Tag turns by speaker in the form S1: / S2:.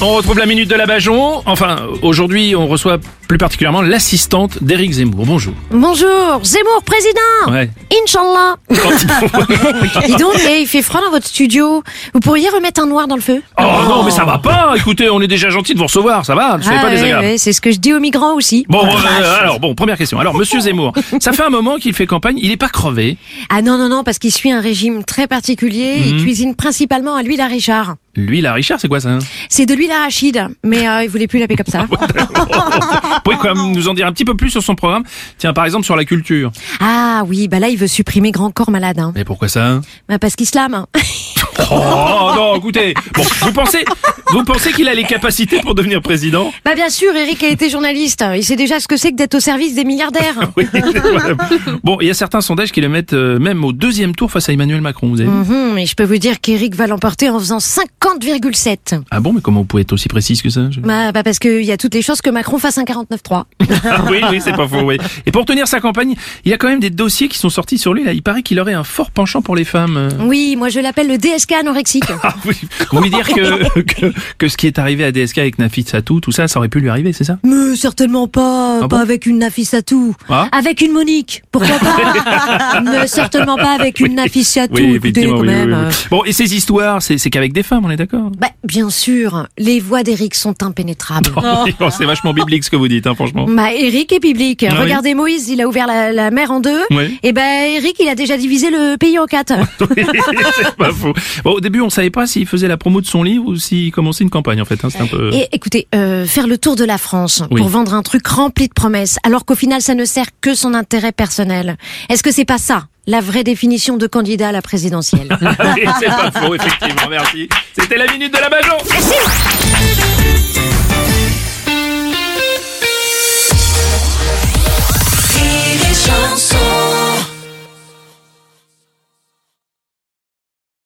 S1: On retrouve la minute de la Bajon. Enfin, aujourd'hui, on reçoit plus particulièrement l'assistante d'Éric Zemmour. Bonjour.
S2: Bonjour, Zemmour, président
S1: Ouais.
S2: Inch'Allah Dis donc, eh, il fait froid dans votre studio. Vous pourriez remettre un noir dans le feu
S1: Oh, non, mais ça va pas. Écoutez, on est déjà gentil de vous recevoir. Ça va. Ne soyez
S2: Ah
S1: pas
S2: ouais,
S1: désagréable.
S2: ouais, C'est ce que je dis aux migrants aussi.
S1: Bon, euh, alors, bon, première question. Alors, monsieur Zemmour, ça fait un moment qu'il fait campagne. Il est pas crevé.
S2: Ah non, non, non, parce qu'il suit un régime très particulier.
S1: Mhm.
S2: Il cuisine principalement à l'huile à Richard.
S1: Lui, la Richard, c'est quoi ça hein
S2: C'est de l'huile arachide, mais euh, il voulait plus laver comme ça.
S1: Ah Vous pouvez quand même nous en dire un petit peu plus sur son programme. Tiens, par exemple, sur la culture.
S2: Ah oui, bah là, il veut supprimer Grand Corps Malade. hein.
S1: Mais pourquoi ça hein
S2: Bah, parce qu'islam.
S1: Oh non, écoutez. Bon, vous pensez, vous pensez qu'il a les capacités pour devenir président
S2: bah bien sûr, Eric a été journaliste. Il sait déjà ce que c'est que d'être au service des milliardaires.
S1: Oui, voilà. Bon, il y a certains sondages qui le mettent euh, même au deuxième tour face à Emmanuel Macron, vous avez vu
S2: Mhm, et je peux vous dire qu'Eric va l'emporter en faisant 50,7.
S1: Ah bon, mais comment vous pouvez être aussi précise que ça je-
S2: Bah, bah parce qu'il y a toutes les chances que Macron fasse un 49-3.
S1: Ah Oui, oui, c'est pas faux, oui. Et pour tenir sa campagne, il y a quand même des dossiers qui sont sortis sur lui, là. Il paraît qu'il aurait un fort penchant pour les femmes. euh.
S2: Oui, moi je l'appelle le DSK anorexique.
S1: Ah oui, vous lui dire que, que, que ce qui est arrivé à DSK avec Nafit Satou, tout ça, ça aurait pu lui arriver, c'est ça
S2: Mais certainement pas,
S1: Ah
S2: pas
S1: bon
S2: avec une Nafissatou.
S1: Ah.
S2: avec une Monique, pourquoi pas Mais certainement pas avec une Nafissatou, écoutez quand
S1: oui, oui,
S2: même. euh.
S1: oui. Bon, et ces histoires, c'est c'est qu'avec des femmes, on est d'accord
S2: Bah, bien sûr, les voix d'Eric sont impénétrables.
S1: Oui, bon, Oh, C'est vachement biblique ce que vous dites, hein, franchement.
S2: Bah, Eric est biblique.
S1: Ah oui.
S2: Regardez Moïse, il a ouvert la, la mer en deux.
S1: Oui.
S2: Et ben Eric, il a déjà divisé le pays en quatre.
S1: Oui, c'est pas faux. Bon, au début, on savait pas s'il faisait la promo de son livre ou s'il commençait une campagne, en fait. Hein, c'est un peu.
S2: Et écoutez, euh, faire le tour de la France
S1: Oui.
S2: pour vendre un truc rempli de promesses, alors qu'au final ça ne sert que son intérêt personnel. Est-ce que c'est pas ça la vraie définition de candidat à la présidentielle
S1: Oui, c'est pas faux, effectivement. Merci. C'était la minute de la Bajon.